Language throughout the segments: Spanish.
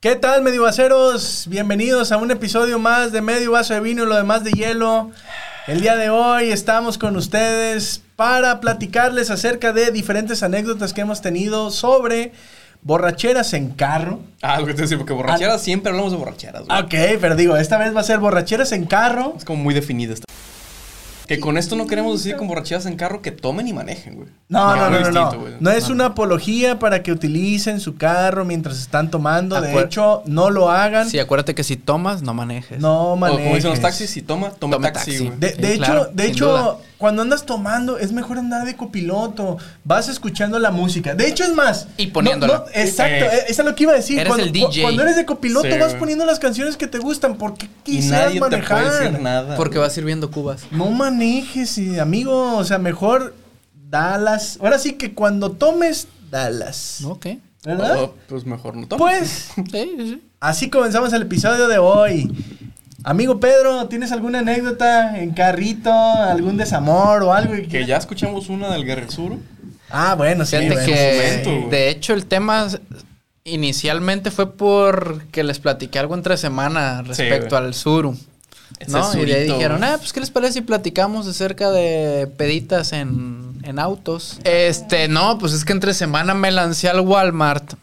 ¿Qué tal, mediovaceros? Bienvenidos a un episodio más de Medio Vaso de Vino y lo demás de hielo. El día de hoy estamos con ustedes para platicarles acerca de diferentes anécdotas que hemos tenido sobre borracheras en carro. Ah, lo que te decía, porque borracheras siempre hablamos de borracheras, güey. Ok, pero digo, esta vez va a ser borracheras en carro. Es como muy definida esta. Que con esto no queremos decir con borracheras en carro que tomen y manejen, güey. No, no, Algo no, no. No, distinto, güey. No es una apología para que utilicen su carro mientras están tomando. De Acuer- hecho, no lo hagan. Sí, acuérdate que si tomas, no manejes. No O como manejes. dicen los taxis, si toma, toma, Toma taxi, taxi. güey. De, Sí, de hecho, Eh, claro, de sin hecho duda. cuando andas tomando, es mejor andar de copiloto. Vas escuchando la música. De hecho, es más. Y poniéndola. no- no, exacto, Eh. eh, eso es lo que iba a decir. Eres cuando, el cu- DJ. cuando eres de copiloto, Sí, vas güey. poniendo las canciones que te gustan. porque Y quisieras nadie te manejar? puede decir nada. Porque vas sirviendo cubas. No manejes, eh, amigo. O sea, mejor dalas. Ahora sí que cuando tomes, dalas. ¿No? ¿Qué? ¿Verdad? Oh, pues mejor no tomes. Pues, Sí, sí, sí. así comenzamos el episodio de hoy. Amigo Pedro, ¿tienes alguna anécdota en carrito, algún desamor o algo? Que ya escuchamos una del Guerrero Sur. Ah, bueno, sí. Fíjate bueno, que, momento, güey. de hecho, el tema s- inicialmente fue porque les platiqué algo entre semana respecto güey. al suru. Ese ¿No? Y le surito, dijeron, güey. ah, pues, ¿qué les parece si platicamos acerca de peditas en, en autos? Este, no, pues es que entre semana me lancé al Walmart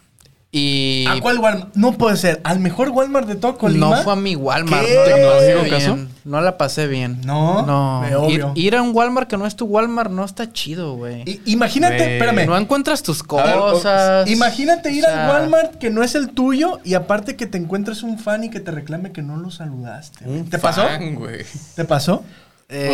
y... ¿A cuál Walmart? No puede ser. ¿Al mejor Walmart de todo Colima? No fue a mi Walmart. ¿Qué? No, la pasé ¿Tecnológico bien. acaso? No la pasé bien. No, eh, No. Ir, obvio. ir a un Walmart que no es tu Walmart no está chido, güey. I- imagínate, Güey. espérame. No encuentras tus ver, o- cosas. pues, Imagínate ir O sea, al Walmart que no es el tuyo y aparte que te encuentres un fan y que te reclame que no lo saludaste. güey. ¿Te pasó? Fan, güey. Pues, ¿Te pasó? eh,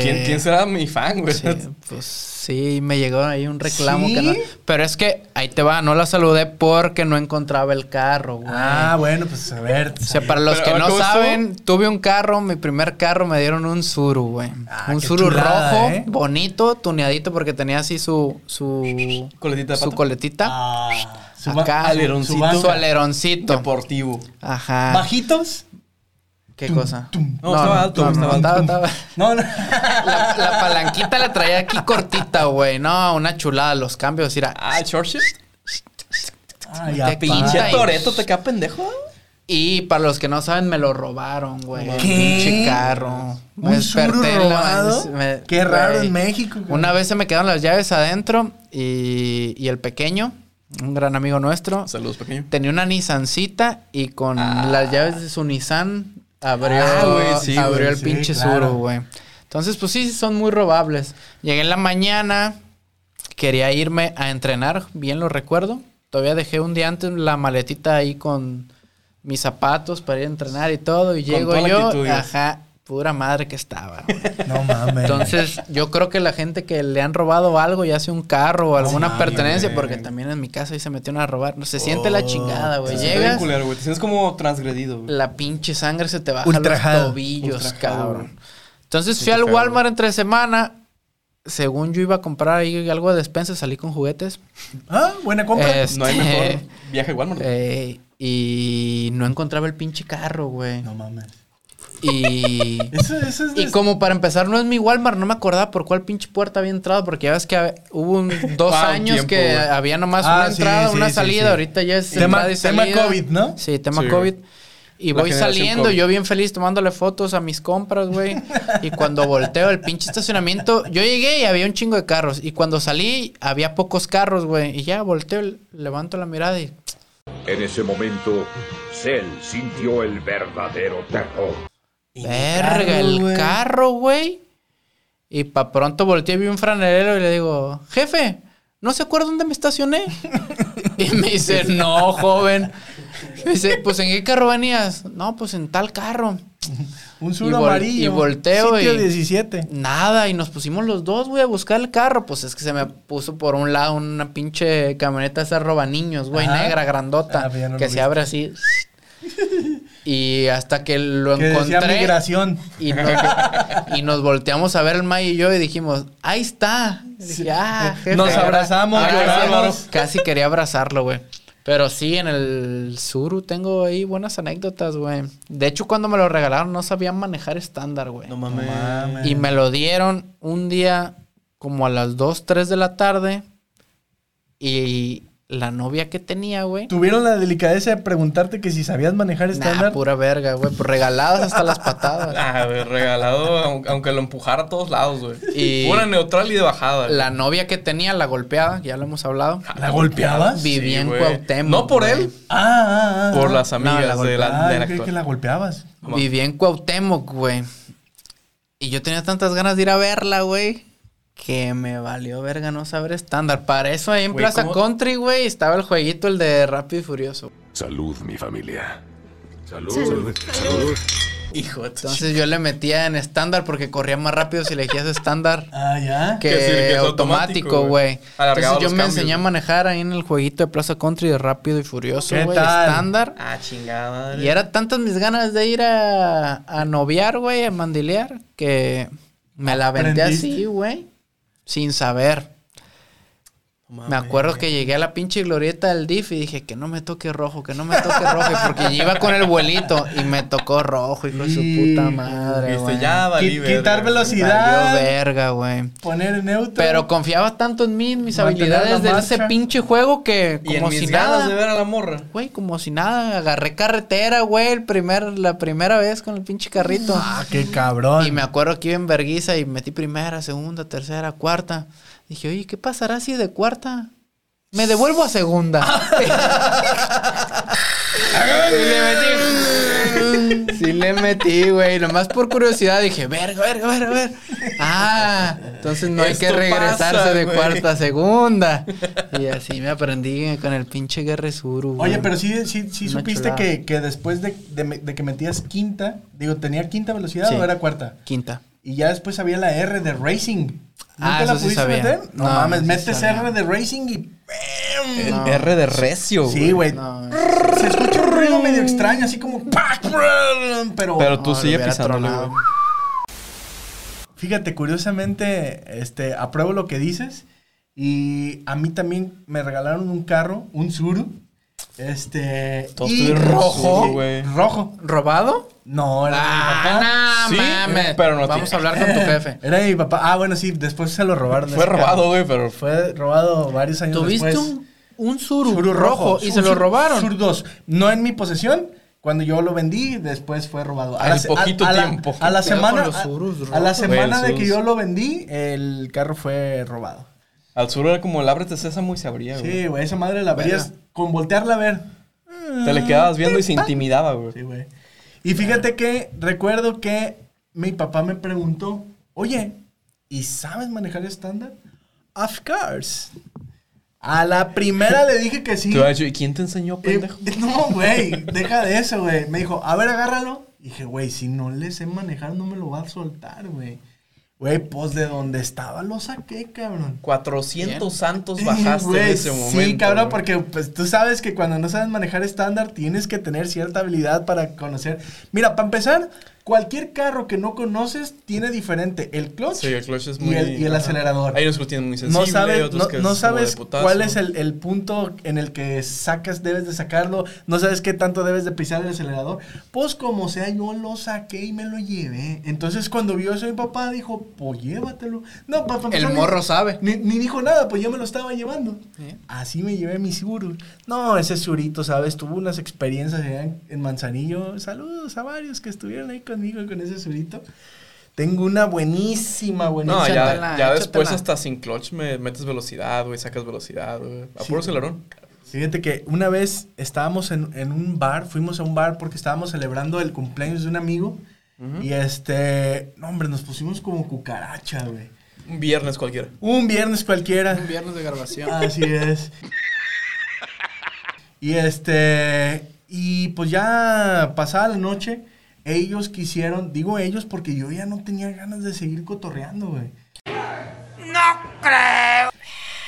pues, ¿quién, ¿Quién será mi fan, güey? Sí, pues sí, me llegó ahí un reclamo ¿Sí? que no. Pero es que ahí te va, no la saludé porque no encontraba el carro, güey. Ah, bueno, pues a ver. O sea, para los Pero, que no ¿cómo estuvo? saben, tuve un carro, mi primer carro me dieron un Suru, güey. Ah, un qué Suru chulada, rojo, ¿eh? bonito, tuneadito porque tenía así su su Coletita de su pato. coletita. Ah, su ba- acá aleroncito. su banca. su aleroncito. Deportivo. Ajá. ¿Bajitos? ¿Qué cosa? No, estaba alto, estaba alto. estaba- No, no. La, la palanquita la traía aquí cortita, güey. No, una chulada los cambios, mira. Ah, Churchill. Ay, Te apá. pinche Pinche Ay. Toreto, te queda pendejo. güey. Y para los que no saben, me lo robaron, güey. ¿Qué? Pinche carro. Me ¿Un Subaru en la- robado? me- Qué raro en güey. México, güey. Una vez se me quedaron las llaves adentro y, y el pequeño, un gran amigo nuestro, Saludos, pequeño. tenía una Nissancita y con las llaves de su Nissan abrió, Ah, güey, sí, abrió güey, el sí, pinche claro. suro, güey. Entonces, pues sí, son muy robables. Llegué en la mañana, quería irme a entrenar, bien lo recuerdo. Todavía dejé un día antes la maletita ahí con mis zapatos para ir a entrenar y todo. Y Con llego toda la yo, actitud, Dios. ajá, pura madre que estaba. güey. No mames. Entonces, yo creo que la gente que le han robado algo, ya sea un carro o alguna mames, pertenencia, güey. Oh, porque también en mi casa ahí se metieron a robar. No, se siente la chingada, güey. Te sientes bien Llegas, culero, güey. Te sientes como transgredido, güey. la pinche sangre se te baja Ultrajado. los tobillos, Ultrajado, güey. cabrón. Entonces fui al feo, Walmart entre semana. Según yo iba a comprar ahí algo de despensa, salí con juguetes. Ah, buena compra. Este, No hay mejor viaje igual, Walmart. eh, y no encontraba el pinche carro, güey. No mames. Y. Eso, eso es. Y de- como para empezar, no es mi Walmart, no me acordaba por cuál pinche puerta había entrado, porque ya ves que hab- hubo un, dos Ah, un años tiempo, que güey. había nomás Ah, una sí, entrada, sí, una sí, salida, sí. ahorita ya es Tema- entrada y tema salida. COVID, ¿no? Sí, tema Sí, COVID. güey. Y La voy generación saliendo, COVID. yo bien feliz tomándole fotos a mis compras, güey. Y cuando volteo el pinche estacionamiento, yo llegué y había un chingo de carros. Y cuando salí, había pocos carros, güey. Y ya volteo, levanto la mirada y En ese momento, Cell sintió el verdadero terror. Verga, el carro, güey. Y pa' pronto volteé y vi un franelero y le digo, jefe, no se acuerda dónde me estacioné. y me dice, no, joven. Me dice, pues en qué carro venías. No, pues en tal carro. Un y sur vol- amarillo. y volteo Sitio y- 17. Nada, y nos pusimos los dos, güey, a buscar el carro. Pues es que se me puso por un lado una pinche camioneta esa roba niños, güey, Ajá. negra, grandota, Ah, pues ya no lo que se viste. abre así. y hasta que lo Que decía encontré. migración. Y, no- y nos volteamos a ver el May y yo y dijimos, ahí está. Y dije, "Ah, jefe, Nos gra- abrazamos, gracias". lloramos. Casi quería abrazarlo, güey. Pero sí, en el Suru tengo ahí buenas anécdotas, güey. De hecho, cuando me lo regalaron no sabían manejar estándar, güey. No mames. mames. Y me lo dieron un día como a las 2, 3 de la tarde. Y la novia que tenía, güey. Tuvieron la delicadeza de preguntarte que si sabías manejar Nah, estándar. pura verga, güey. Pues regaladas hasta las patadas. Ah, güey, regalado, aunque- aunque lo empujara a todos lados, güey. Y- Pura neutral y de bajada. güey. La novia que tenía, la golpeada, que ya lo hemos hablado. ¿La golpeabas? Vi- vivía en güey. Cuauhtémoc, No por güey. él, Ah, ah, ah. por ah. las amigas la de la, Ah, de yo la creí que actual. la golpeabas. Mamá. Vivía en Cuauhtémoc, güey. Y yo tenía tantas ganas de ir a verla, güey. Que me valió verga no saber estándar. Para eso ahí en Güey, Plaza ¿cómo? Country, güey, estaba el jueguito, el de Rápido y Furioso. Salud, mi familia. Salud. Hijo de tu Entonces yo le metía en estándar porque corría más rápido si le elegías estándar Ah, ya. que, Que sí, que es automático, automático, güey. güey. Entonces Alargaba yo los me cambios, enseñé a güey. manejar ahí en el jueguito de Plaza Country de Rápido y Furioso, ¿Qué güey, tal? estándar. Ah, chingada madre. Y eran tantas mis ganas de ir a, a noviar, güey, a mandilear, que me la aventé ¿Aprendiste? así, güey, sin saber. No mames, me acuerdo güey. que llegué a la pinche glorieta del DIF y dije que no me toque rojo, que no me toque rojo, y porque yo iba con el vuelito y me tocó rojo, hijo de su puta Hijo, madre, Viste, güey. ya valí Qui- verga, quitar güey. velocidad. Valió verga, güey. Poner en neutro. Pero confiaba tanto en mí, en mis Mantener la habilidades de ese marcha. pinche juego que Y en como si mis ganas de nada. ver a la morra. Güey, como si nada, agarré carretera, güey, el primer, la primera vez con el pinche carrito. Ah, qué cabrón. Y me acuerdo que iba en verguiza y metí primera, segunda, tercera, cuarta. Dije, oye, ¿qué pasará si de cuarta? Me devuelvo a segunda. Y le metí. Sí le metí, güey. Nomás por curiosidad dije, verga, verga, verga, verga. Ah, entonces no hay que Esto regresarse pasa, de güey. cuarta a segunda. Y así me aprendí con el pinche Guerresuru, güey. Oye, pero sí, sí, sí Una supiste chulada. que, que después de, de me- de que metías quinta, digo, ¿tenía quinta velocidad Sí. o era cuarta? Quinta. Y ya después había la R de Racing. Ah, ¿Nunca la eso sí pudiste sabía. meter? No, No, mames, no, sí metes sabía. R de Racing y ¡bam! No. R de recio, Sí, güey. No, güey. Se escucha un ruido medio extraño, así como. ¡pac! Pero, Pero tú No, lo Pues sigue hubiera pisándole, tronado. güey. fíjate, curiosamente, este, apruebo lo que dices. Y a mí también me regalaron un carro, un Suru. Este. Todos y tuvieron un rojo. Tsuru, güey. rojo. ¿Robado? No, era de mi papá. Ah, no Sí, eh, mames. pero no Vamos tiene- a hablar con tu jefe. Era de mi papá. Ah, bueno, sí, después se lo robaron. Fue ese carro. robado, güey, pero Fue robado varios años Tuviste después. un, un suru, Suru rojo, y Sur- se lo Sur- robaron. Sur 2. No en mi posesión. Cuando yo lo vendí, después fue robado. Al se- poquito la- tiempo. a la Cuidado semana, con los a- surus a, la rojos. semana Güey, de sus- que yo lo vendí, el carro fue robado. al sur era como el ábrete sésamo y se abría, güey. Sí, güey, esa madre la verías con voltearla a ver. Te le quedabas viendo y se intimidaba, güey. Sí, güey. Y fíjate que recuerdo que mi papá me preguntó, oye, ¿y sabes manejar estándar? Of course. A la primera le dije que sí. Te hubiera dicho, ¿y quién te enseñó, Eh, pendejo? no, güey, deja de eso, güey. Me dijo, a ver, agárralo. Y dije, güey, si no le sé manejar, no me lo va a soltar, güey. Güey, pues de donde estaba lo saqué, cabrón. 400 Bien. santos bajaste Güey, en ese momento. Sí, cabrón, güey. porque pues, tú sabes que cuando no sabes manejar estándar, tienes que tener cierta habilidad para conocer. Mira, para empezar, cualquier carro que no conoces tiene diferente el clutch, Sí, el clutch es y muy... el- y el, ajá. acelerador. Hay unos que lo tienen muy sensible, No sabes, otros no, que es no como de sabes putazo. cuál es el, el punto en el que sacas, debes de sacarlo, no sabes qué tanto debes de pisar el acelerador. Pues como sea, yo lo saqué y me lo llevé. Entonces cuando vio eso mi papá dijo, pues llévatelo. No, pa- pa- El pa- morro sabe. Ni, ni dijo nada, pues yo me lo estaba llevando. Sí. Así me llevé mi suru. No, ese surito, ¿sabes? Tuvo unas experiencias allá en, en Manzanillo. Saludos a varios que estuvieron ahí conmigo con ese surito. Tengo una buenísima, No, buenísima. ya, Échatela, ya después échatela. hasta sin clutch me metes velocidad, güey, sacas velocidad, güey. A Sí. puro acelerón. Fíjate que una vez estábamos en, en un bar, fuimos a un bar porque estábamos celebrando el cumpleaños de un amigo. Y este, no, hombre, nos pusimos como cucaracha, güey. Un viernes cualquiera. Un viernes cualquiera. Un viernes de grabación. Así es. Y este, y pues ya pasada la noche, ellos quisieron, digo ellos porque yo ya no tenía ganas de seguir cotorreando, güey. No creo.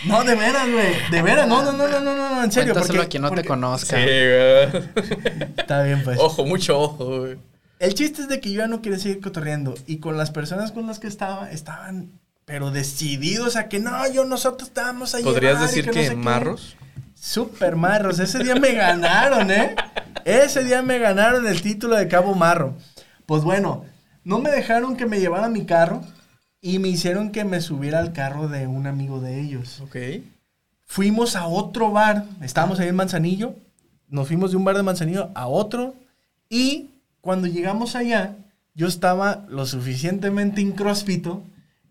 No, de veras, güey. De veras, no, no, no, no, no, no, no, en serio. Cuéntaselo porque- a quien no porque- te conozca. güey. Está bien, pues. ojo, mucho ojo, güey. El chiste es de que yo ya no quería seguir cotorreando. Y con las personas con las que estaba, estaban, pero decididos a que no, yo nosotros estábamos ahí. ¿Podrías decir que, Marros? Super marros. Ese día me ganaron, ¿eh? Ese día me ganaron el título de Cabo Marro. Pues bueno, no me dejaron que me llevara mi carro y me hicieron que me subiera al carro de un amigo de ellos. Ok. Fuimos a otro bar. Estábamos ahí en Manzanillo. Nos fuimos de un bar de Manzanillo a otro. Y cuando llegamos allá, yo estaba lo suficientemente incróspito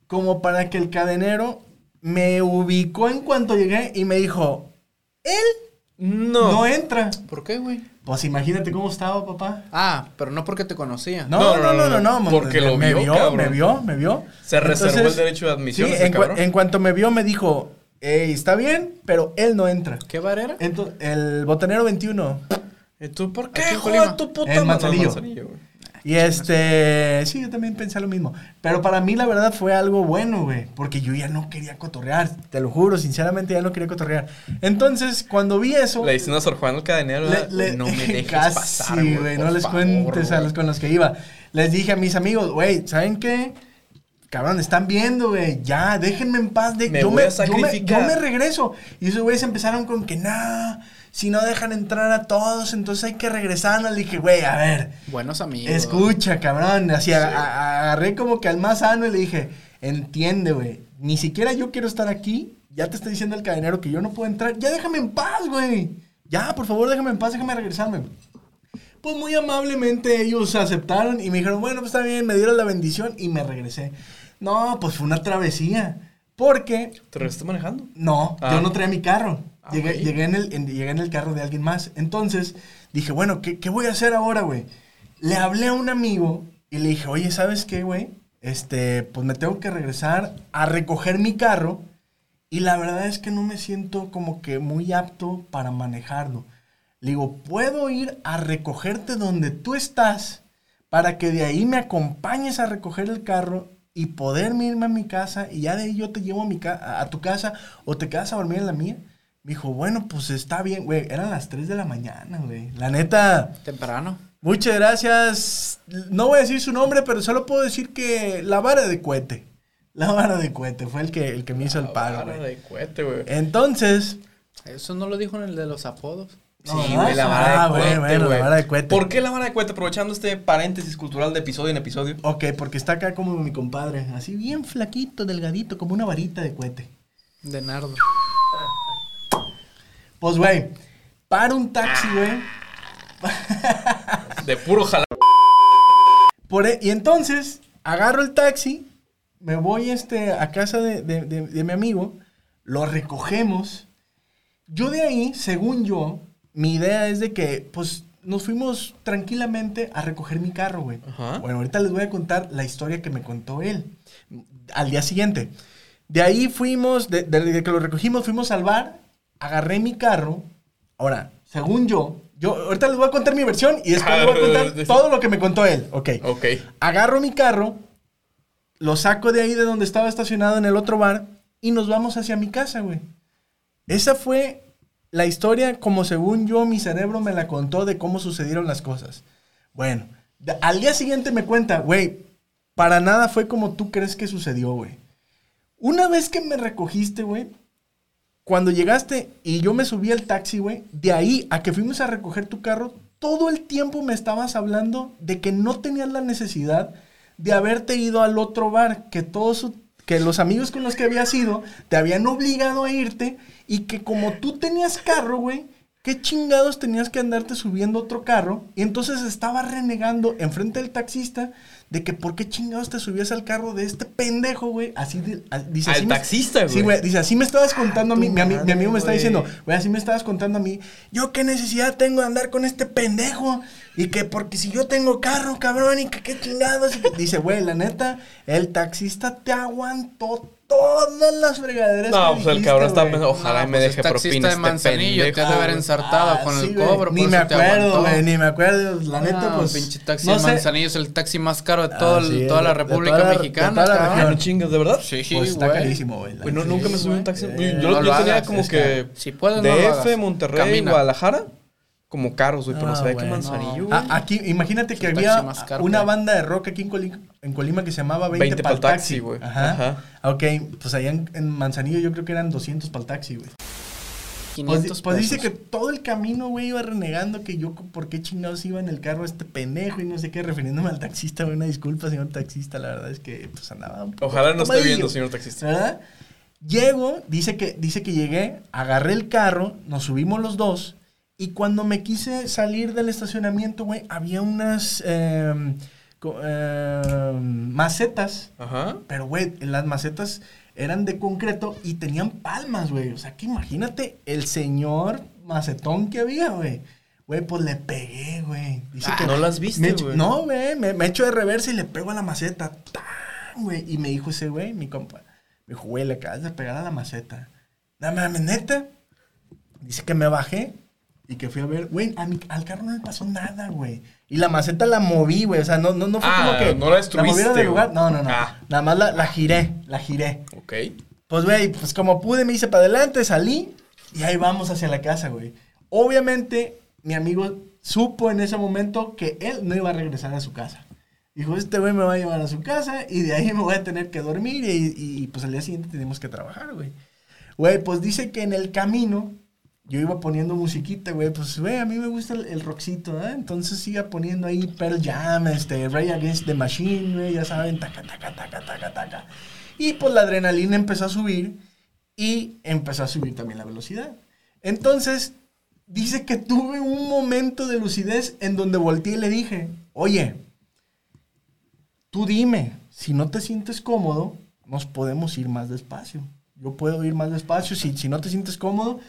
como para que el cadenero me ubicó en cuanto llegué y me dijo, él No. no, entra. ¿Por qué, güey? Pues imagínate cómo estaba, papá. Ah, pero no porque te conocía. No, No, no, no, no, no, no. no, me- porque lo me vio, cabrón. me vio, me vio. Se reservó el derecho de admisión Sí, ese en, cua- cabrón. en cuanto me vio me dijo, "Ey, está bien, pero él no entra. ¿Qué bar era? Entonces, el botanero 21. ¿Y tú por Aquí qué, en hijo Colima. de tu puta En madre? Manzanillo. Manzanillo, güey. Y este, sí, yo también pensé lo mismo. Pero para mí la verdad fue algo bueno, güey. Porque yo ya no quería cotorrear, te lo juro, sinceramente ya no quería cotorrear. Entonces, cuando vi eso... Le dicen a Sor Juan el cadenero, ¿verdad? Le- le- no me dejes casi, pasar, güey. güey, por No les favor, cuentes a güey. los con los que iba. Les dije a mis amigos, güey, ¿saben qué? Cabrón, están viendo, güey. Ya, déjenme en paz. De, Me yo, me, voy a yo me- sacrificar. yo me regreso. Y esos güeyes empezaron con que, nah, si no dejan entrar a todos, entonces hay que regresarnos. Le dije, güey, a ver, Buenos amigos. escucha, cabrón. Así a- a- agarré como que al más sano y le dije, entiende, güey. Ni siquiera yo quiero estar aquí. Ya te está diciendo el cadenero que yo no puedo entrar. Ya déjame en paz, güey. Ya, por favor, déjame en paz, déjame regresarme. Pues muy amablemente ellos aceptaron y me dijeron, bueno, pues está bien, me dieron la bendición y me regresé. No, pues fue una travesía. Porque ¿Te regresaste manejando? no, Ah. yo no traía mi carro. Ah, Llegué, ok. llegué en el, en- llegué en el carro de alguien más. Entonces dije, bueno, ¿qué, qué voy a hacer ahora, güey? Le hablé a un amigo y le dije, oye, ¿sabes qué, güey? Este, pues me tengo que regresar a recoger mi carro. Y la verdad es que no me siento como que muy apto para manejarlo. Le digo, ¿puedo ir a recogerte donde tú estás para que de ahí me acompañes a recoger el carro y poderme irme a mi casa y ya de ahí yo te llevo a, mi ca- a- a tu casa o te quedas a dormir en la mía? Me dijo, bueno, pues está bien, güey. Eran las 3 de la mañana, güey. La neta, Temprano. muchas gracias. No voy a decir su nombre, pero solo puedo decir que la vara de cohete. La vara de cohete fue el que, el que me hizo el paro, Vara güey. Eh, de cohete, güey. Entonces, Eso no lo dijo en el de los apodos. No, Sí, ¿verdad? güey, la vara Ah, de güey, cohete, bueno, la güey. vara de cohete. ¿Por qué la vara de cohete? Aprovechando este paréntesis cultural de episodio en episodio. ok, porque está acá como mi compadre, así bien flaquito, delgadito, como una varita de cohete. De Nardo. Pues, güey, para un taxi, güey. De puro jalá. Por e- y entonces, agarro el taxi, me voy este, a casa de, de- de- de mi amigo, lo recogemos. Yo de ahí, según yo, mi idea es de que, pues, nos fuimos tranquilamente a recoger mi carro, güey. Ajá. Bueno, ahorita les voy a contar la historia que me contó él al día siguiente. De ahí fuimos, de- de- de que lo recogimos, fuimos al bar, agarré mi carro. Ahora, según yo, yo ahorita les voy a contar mi versión y después les voy a contar todo lo que me contó él. Ok. Ok. Agarro mi carro, lo saco de ahí de donde estaba estacionado en el otro bar y nos vamos hacia mi casa, güey. Esa fue la historia como según yo mi cerebro me la contó de cómo sucedieron las cosas. Bueno, de- al día siguiente me cuenta, güey, para nada fue como tú crees que sucedió, güey. Una vez que me recogiste, güey, cuando llegaste y yo me subí al taxi, güey, de ahí a que fuimos a recoger tu carro, todo el tiempo me estabas hablando de que no tenías la necesidad de haberte ido al otro bar, que todos su- que los amigos con los que habías ido te habían obligado a irte y que como tú tenías carro, güey, qué chingados tenías que andarte subiendo a otro carro y entonces estaba renegando enfrente del taxista de que por qué chingados te subías al carro de este pendejo, güey, así de- a- dice Al así me- taxista, güey. Sí, güey, Dice, así me Ah, estabas contando a mí. tu Mi, ami- mi madre, amigo me está güey. diciendo, güey, así me estabas contando a mí. Yo qué necesidad tengo de andar con este pendejo. Y que porque si yo tengo carro, cabrón, y que qué chingados. y que- Dice, güey, la neta, el taxista te aguantó todas las fregaderas. No, que pues el dijiste, cabrón está güey. pensando, ojalá No, y me pues, deje es taxista propina de este Manzanillo, te ha de haber pendejo. ensartado Ah, con sí, el güey. cobro. Ni por me eso te acuerdo, aguantó. güey, ni me acuerdo. La neta, No, pues. Ah, pinche taxi no de sé. Manzanillo es el taxi más caro de todo Ah, el- sí, toda la de- de República toda la- de Mexicana. toda la cabrón. Ah, región. no chingas, ¿de verdad? Sí, Pues está güey. carísimo, güey. la Güey, no, neta. nunca me subí a un güey. taxi. Eh, yo yo no lo tenía hagas, como es que que- si puedes, no lo DF, hagas. Monterrey, Camina. Guadalajara, como caros, güey, pero Ah, no sabía que güey, Manzanillo, no. güey. Ah, aquí, imagínate que el había taxi más caro, una güey. banda de rock aquí en Colima, en Colima que se llamaba 20, 20 pal pal taxi, taxi, güey. Ajá. Ajá. Ok, pues allá en, en Manzanillo yo creo que eran 200 pal taxi, güey. Pues, 500 pues dice que pesos. todo el camino, güey, iba renegando que yo, ¿por qué chingados iba en el carro este pendejo? Y no sé qué, refiriéndome al taxista, güey. Una disculpa, señor taxista, la verdad es que pues andaba un poco Ojalá no esté tomadillo, viendo, señor taxista. ¿Verdad? Llego, dice que, dice que llegué, agarré el carro, nos subimos los dos. Y cuando me quise salir del estacionamiento, güey, había unas em, co- em, macetas. Ajá. Pero, güey, las macetas eran de concreto y tenían palmas, güey. O sea, que imagínate el señor macetón que había, güey. Güey, pues le pegué, güey. Dice Ah, que ¿no las viste, me echo- güey? No, güey, me, me echo de reversa y le pego a la maceta. ¡Tan, güey! Y me dijo ese güey, mi compa. Me dijo, güey, le acabas de pegar a la maceta. Dame mames, neta. Dice que me bajé y que fui a ver. Güey, a mi- al carro no le pasó nada, güey. Y la maceta la moví, güey. O sea, no, no, no fue Ah, como que. no la destruiste, movieron del güey. lugar. No, no, no. Ah. Nada más la, la giré, la giré. Ok. Pues, güey, pues como pude me hice para adelante, salí y ahí vamos hacia la casa, güey. Obviamente, mi amigo supo en ese momento que él no iba a regresar a su casa. Dijo, este güey me va a llevar a su casa y de ahí me voy a tener que dormir y, y, pues al día siguiente tenemos que trabajar, güey. Güey, pues dice que en el camino yo iba poniendo musiquita, güey. Pues, güey, a mí me gusta el, el rockcito, ¿eh? Entonces iba poniendo ahí Pearl Jam, este, Ray Against the Machine, güey, ya saben, taca, taca, taca, taca, taca. Y pues la adrenalina empezó a subir y empezó a subir también la velocidad. Entonces, dice que tuve un momento de lucidez en donde volteé y le dije, oye, tú dime, si no te sientes cómodo, nos podemos ir más despacio. Yo puedo ir más despacio, si, si no te sientes cómodo.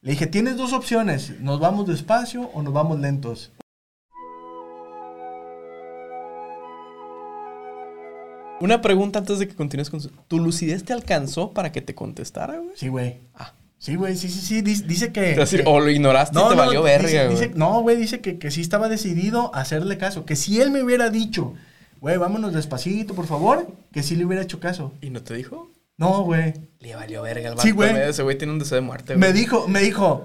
Le dije, tienes dos opciones, nos vamos despacio o nos vamos lentos. Una pregunta antes de que continúes con su... ¿Tu lucidez te alcanzó para que te contestara, güey? Sí, güey. Ah. Sí, güey, sí, sí, sí, dice, dice que... Es decir, que- o lo ignoraste y te valió dice- verga, güey. dice- no, güey, dice que, que sí estaba decidido a hacerle caso. Que si él me hubiera dicho, güey, vámonos despacito, por favor, que sí le hubiera hecho caso. ¿Y no te dijo? No, güey. Le valió verga al Sí, vato, güey. Ese güey tiene un deseo de muerte, Me dijo, me dijo,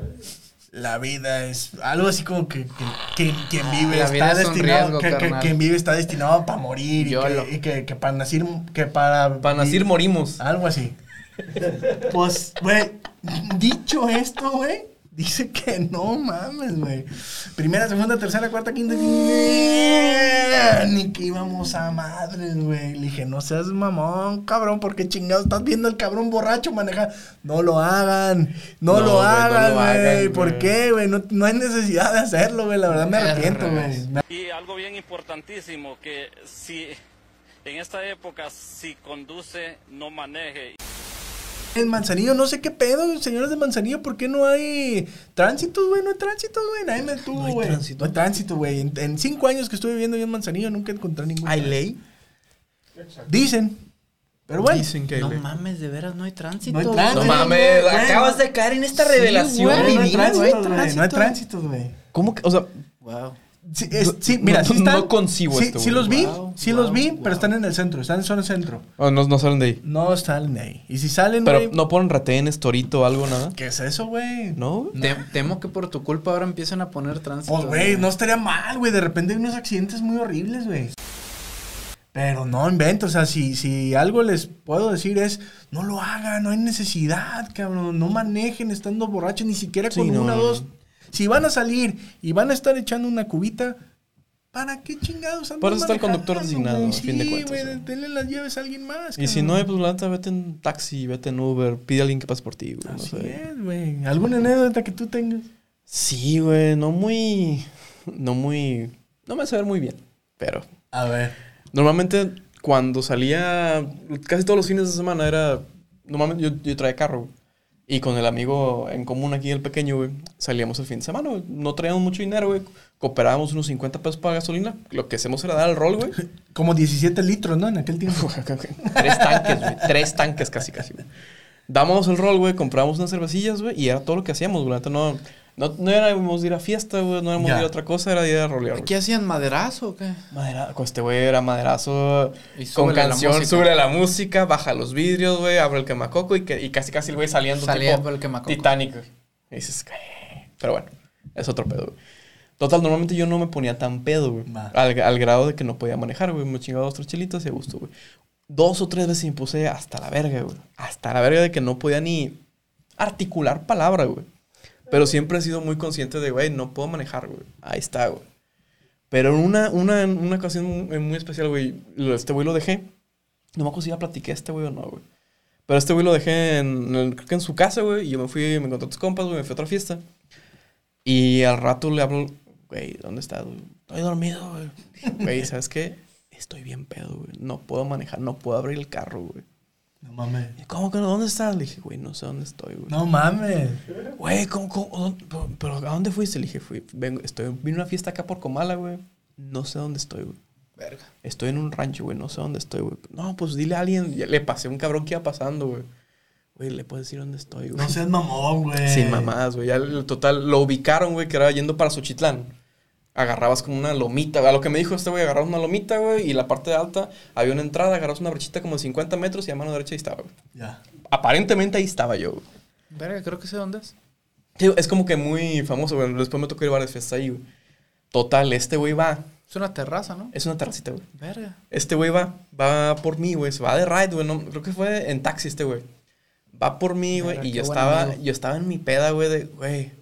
la vida es algo así como que, que- que quien vive Ah, la vida está es un destinado, riesgo, que, que- carnal. quien vive está destinado para morir y, Yolo. que, y que- que para nacer, que para, Para nacer vi- morimos. Algo así. Pues, güey, dicho esto, güey, dice que no mames, güey. Primera, segunda, tercera, cuarta, quinta. Ni que íbamos a madres, güey. Le dije, no seas mamón, cabrón, porque chingado estás viendo al cabrón borracho manejar. No lo hagan, no, No, lo güey, no hagan, lo güey. hagan, ¿Por güey. qué, güey? No, no hay necesidad de hacerlo, güey. La verdad me arrepiento, Vergas. güey. Y algo bien importantísimo, que si en esta época si conduce, no maneje. En Manzanillo, no sé qué pedo, señores de Manzanillo, ¿por qué no hay tránsitos, güey? No hay tránsitos, güey. Nadie me detuvo, No hay güey. tránsito. No hay tránsito, güey. En, en cinco años que estuve viviendo yo en Manzanillo nunca encontré ningún. ¿Hay tránsito. ley? Dicen. Pero bueno. Dicen que hay No ley. mames, de veras, no hay tránsito. No hay güey. tránsito. No mames, Güey, acabas de caer en esta revelación güey, no hay divina, güey. tránsitos, güey. No hay tránsito. tránsitos, güey. ¿Cómo que? O sea, Wow. Sí, es- No- sí, mira, no- sí están- no concibo sí, esto, Sí güey. los vi, Wow, sí los wow, vi, wow. pero están en el centro, están en zona centro. oh, no, no salen de ahí. No salen de ahí. Y si salen, Pero güey, no ponen retenes, torito, algo, nada. ¿qué es eso, güey? ¿No? güey? Te- temo que por tu culpa ahora empiezan a poner tránsito. Pues, güey, no estaría mal, güey. De repente hay unos accidentes muy horribles, güey. Pero no invento, o sea, si, si algo les puedo decir es, no lo hagan, no hay necesidad, cabrón, no manejen estando borrachos, ni siquiera con Sí, no. una o dos. Si van a salir y van a estar echando una cubita, ¿para qué chingados andan Para eso está el manejando, conductor designado, güey? a fin de Sí, cuentas, güey, güey. denle las llaves a alguien más. Y si cabrón. no hay, pues la neta, vete en taxi, vete en Uber, pide a alguien que pase por ti, güey. pues, No Así sé. es, güey. ¿Alguna anécdota que tú tengas? Sí, güey, no muy. No muy. No me hace ver muy bien, pero. A ver. Normalmente cuando salía, casi todos los fines de semana era, normalmente yo, yo traía carro güey. y con el amigo en común aquí, el pequeño, güey, salíamos el fin de semana, güey. no traíamos mucho dinero, güey, cooperábamos unos 50 pesos para gasolina, lo que hacemos era dar al rol, güey. Como 17 litros, ¿no? En aquel tiempo. tres tanques, güey, tres tanques casi, casi, güey. Dábamos el rol, güey, comprábamos unas cervecillas, güey, y era todo lo que hacíamos, güey, La neta, no, no, no éramos de ir a fiesta, güey, no éramos Ya. de ir a otra cosa, era de ir a rolear, güey. ¿Qué hacían maderazo o qué? Madera, con este güey era maderazo Y con súbele la canción, música. sube la música, baja los vidrios, güey, abre el quemacoco y, que- y casi casi el güey saliendo Salía tipo por el quemacoco. Titanic, güey. Y dices, "Eh". pero bueno, es otro pedo, güey. Total, normalmente yo no me ponía tan pedo, güey. Va. Al, al grado de que no podía manejar, güey. Me chingaba dos, tres chelitos y a gusto, güey. Dos o tres veces me puse hasta la verga, güey. Hasta la verga de que no podía ni articular palabra, güey. Pero siempre he sido muy consciente de, güey, no puedo manejar, güey. Ahí está, güey. Pero en una, una, en una ocasión muy, muy especial, güey, lo- este güey lo dejé. No me acuerdo si ya platiqué a este güey o no, güey. Pero este güey lo dejé en, en- creo que en su casa, güey. Y yo me fui, me encontré a tus compas, güey, me fui a otra fiesta. Y al rato le hablo, güey, ¿dónde estás, güey? Estoy dormido, güey. Güey, ¿sabes qué? Estoy bien pedo, güey. No puedo manejar, no puedo abrir el carro, güey. No mames. Y, ¿Cómo que no? ¿Dónde estás? Le dije, güey, no sé dónde estoy, güey. No mames. Güey, ¿cómo, cómo, o dónde- pero, pero ¿a dónde fuiste? Le dije, fui, vengo, estoy, vine a una fiesta acá por Comala, güey. No sé dónde estoy, güey. Verga. Estoy en un rancho, güey, no sé dónde estoy, güey. No, pues dile a alguien, Ya le pasé a un cabrón que iba pasando, güey. Güey, le puedo decir dónde estoy, güey. No seas mamón, güey. Sin mamadas, güey. Ya el total, lo ubicaron, güey, que era yendo para Xochitlán. Agarrabas como una lomita, güey. A lo que me dijo este güey, agarrabas una lomita, güey, y la parte de alta había una entrada, agarrabas una brechita como de 50 metros y a mano derecha ahí estaba, güey. Ya. Aparentemente ahí estaba yo, güey. Verga, creo que sé dónde es. Te digo, Es como que muy famoso, güey. Después me tocó ir a varias fiestas ahí, güey. Total, este güey va. Es una terraza, ¿no? Es una terracita, güey. Verga. Este güey va. Va por mí, güey. Se va de ride, güey. No, creo que fue en taxi este güey. Va por mí, güey. Verga, Y qué yo buen estaba, amigo. yo estaba en mi peda, güey, de, güey.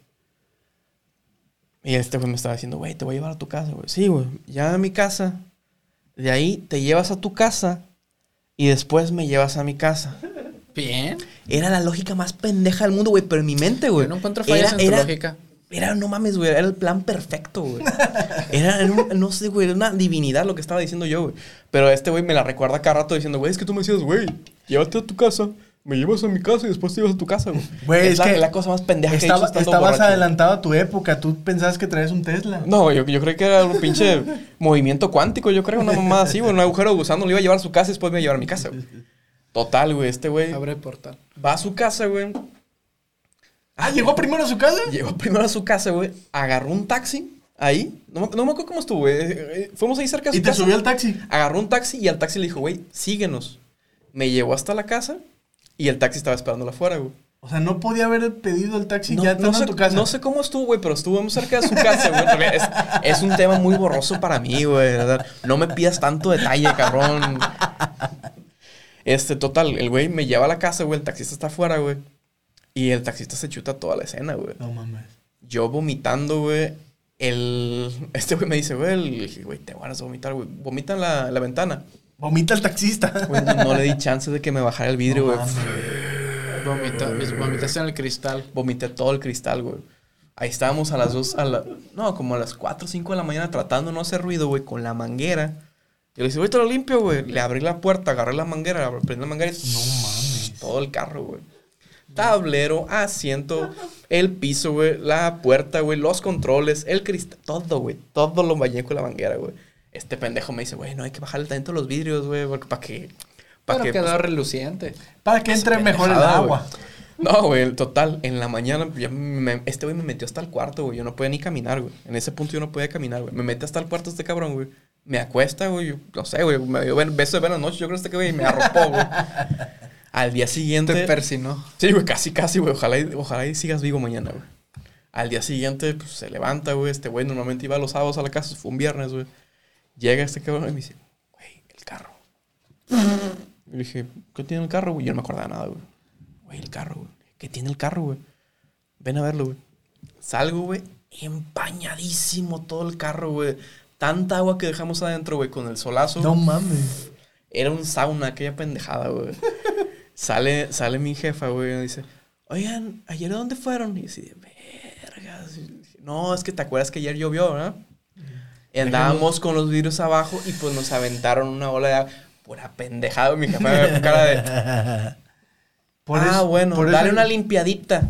Y este güey me estaba diciendo, güey, te voy a llevar a tu casa, güey. Sí, güey. Ya a mi casa. De ahí te llevas a tu casa. Y después me llevas a mi casa. Bien. Era la lógica más pendeja del mundo, güey. Pero en mi mente, güey. Yo no encuentro fallas era- en tu era- lógica. era, no mames, güey, era el plan perfecto, güey. Era, era un- no sé, güey, era una divinidad lo que estaba diciendo yo, güey. Pero este güey me la recuerda cada rato diciendo, güey, es que tú me decías, güey, llévate a tu casa, me llevas a mi casa y después te llevas a tu casa, güey. Güey, es, la, que la cosa más pendeja estaba- que he hecho estando Estabas borracho. adelantado a tu época. Tú pensabas que traías un Tesla. No, yo, yo creo que era un pinche movimiento cuántico, yo creo, una mamada así, güey, un agujero de gusano, lo iba a llevar a su casa y después me iba a llevar a mi casa, güey. Total, güey, este güey Abre el portal. va a su casa, güey, Ah, llegó primero a su casa. Llegó primero a su casa, güey. Agarró un taxi ahí. No, me- no me acuerdo cómo estuvo, güey. Eh, eh, Fuimos ahí cerca de su Y te casa. subió al taxi. Agarró un taxi y al taxi le dijo, güey, síguenos. Me llevó hasta la casa y el taxi estaba esperándola afuera, güey. O sea, no podía haber pedido el taxi ya estando sé, en tu casa. no sé cómo estuvo, güey, pero estuvimos cerca de su casa, güey. En realidad Es, es un tema muy borroso para mí, güey. la verdad. No me pidas tanto detalle, cabrón. Este, total, el güey me lleva a la casa, güey. El taxista está afuera, güey. Y el taxista se chuta toda la escena, güey. No mames. Yo vomitando, güey. El... Este güey me dice, güey, el- le dije, güey, te vas a vomitar, güey. Vomita en la, la ventana. Vomita el taxista. Güey, no, no le di chance de que me bajara el vidrio, No güey. mames. Vomita, vomitaste en el cristal. Vomité todo el cristal, güey. Ahí estábamos a las dos, a la... No, como a las 4 o 5 de la mañana tratando de no hacer ruido, güey, con la manguera. Yo le dije, güey, te lo limpio, güey. Le abrí la puerta, agarré la manguera, prendí la manguera y... No mames. Todo el carro, güey. Tablero, asiento, el piso, güey, la puerta, güey, los controles, el cristal, todo, güey. Todo lo bañé con la manguera, güey. Este pendejo me dice, güey, no hay que bajarle tanto los vidrios, güey, porque para que... Pero Para que... pues, quedó reluciente. Para que entre mejor el pendejada, agua. güey. No, güey, el total. En la mañana, ya me- este güey me metió hasta el cuarto, güey. Yo no podía ni caminar, güey. En ese punto yo no podía caminar, güey. Me mete hasta el cuarto este cabrón, güey. Me acuesta, güey. yo No sé, güey. Me dio ben- beso de buena noche. Yo creo que este güey me arropó, güey. Al día siguiente. Te persinó. Sí, güey, casi, casi, güey. Ojalá, y- ojalá y sigas vivo mañana, güey. Al día siguiente, pues se levanta, güey. Este güey normalmente iba los sábados a la casa, fue un viernes, güey. Llega este cabrón y me dice, güey, el carro. Y le dije, ¿qué tiene el carro, güey? Yo no me acordaba nada, güey. Güey, el carro, güey. ¿Qué tiene el carro, güey? Ven a verlo, güey. Salgo, güey, empañadísimo todo el carro, güey. Tanta agua que dejamos adentro, güey, con el solazo. No mames. Era un sauna, aquella pendejada, güey. sale, sale mi jefa, güey, y dice, oigan, ¿ayer dónde fueron? Y yo así de, vergas. Y dije, No, es que te acuerdas que ayer llovió, ¿verdad? Y andábamos con los vidrios abajo y pues nos aventaron una ola de agua. Pura pendejada, mi jefa me ve con cara de, Por ah, eso- bueno, por eso- dale una limpiadita.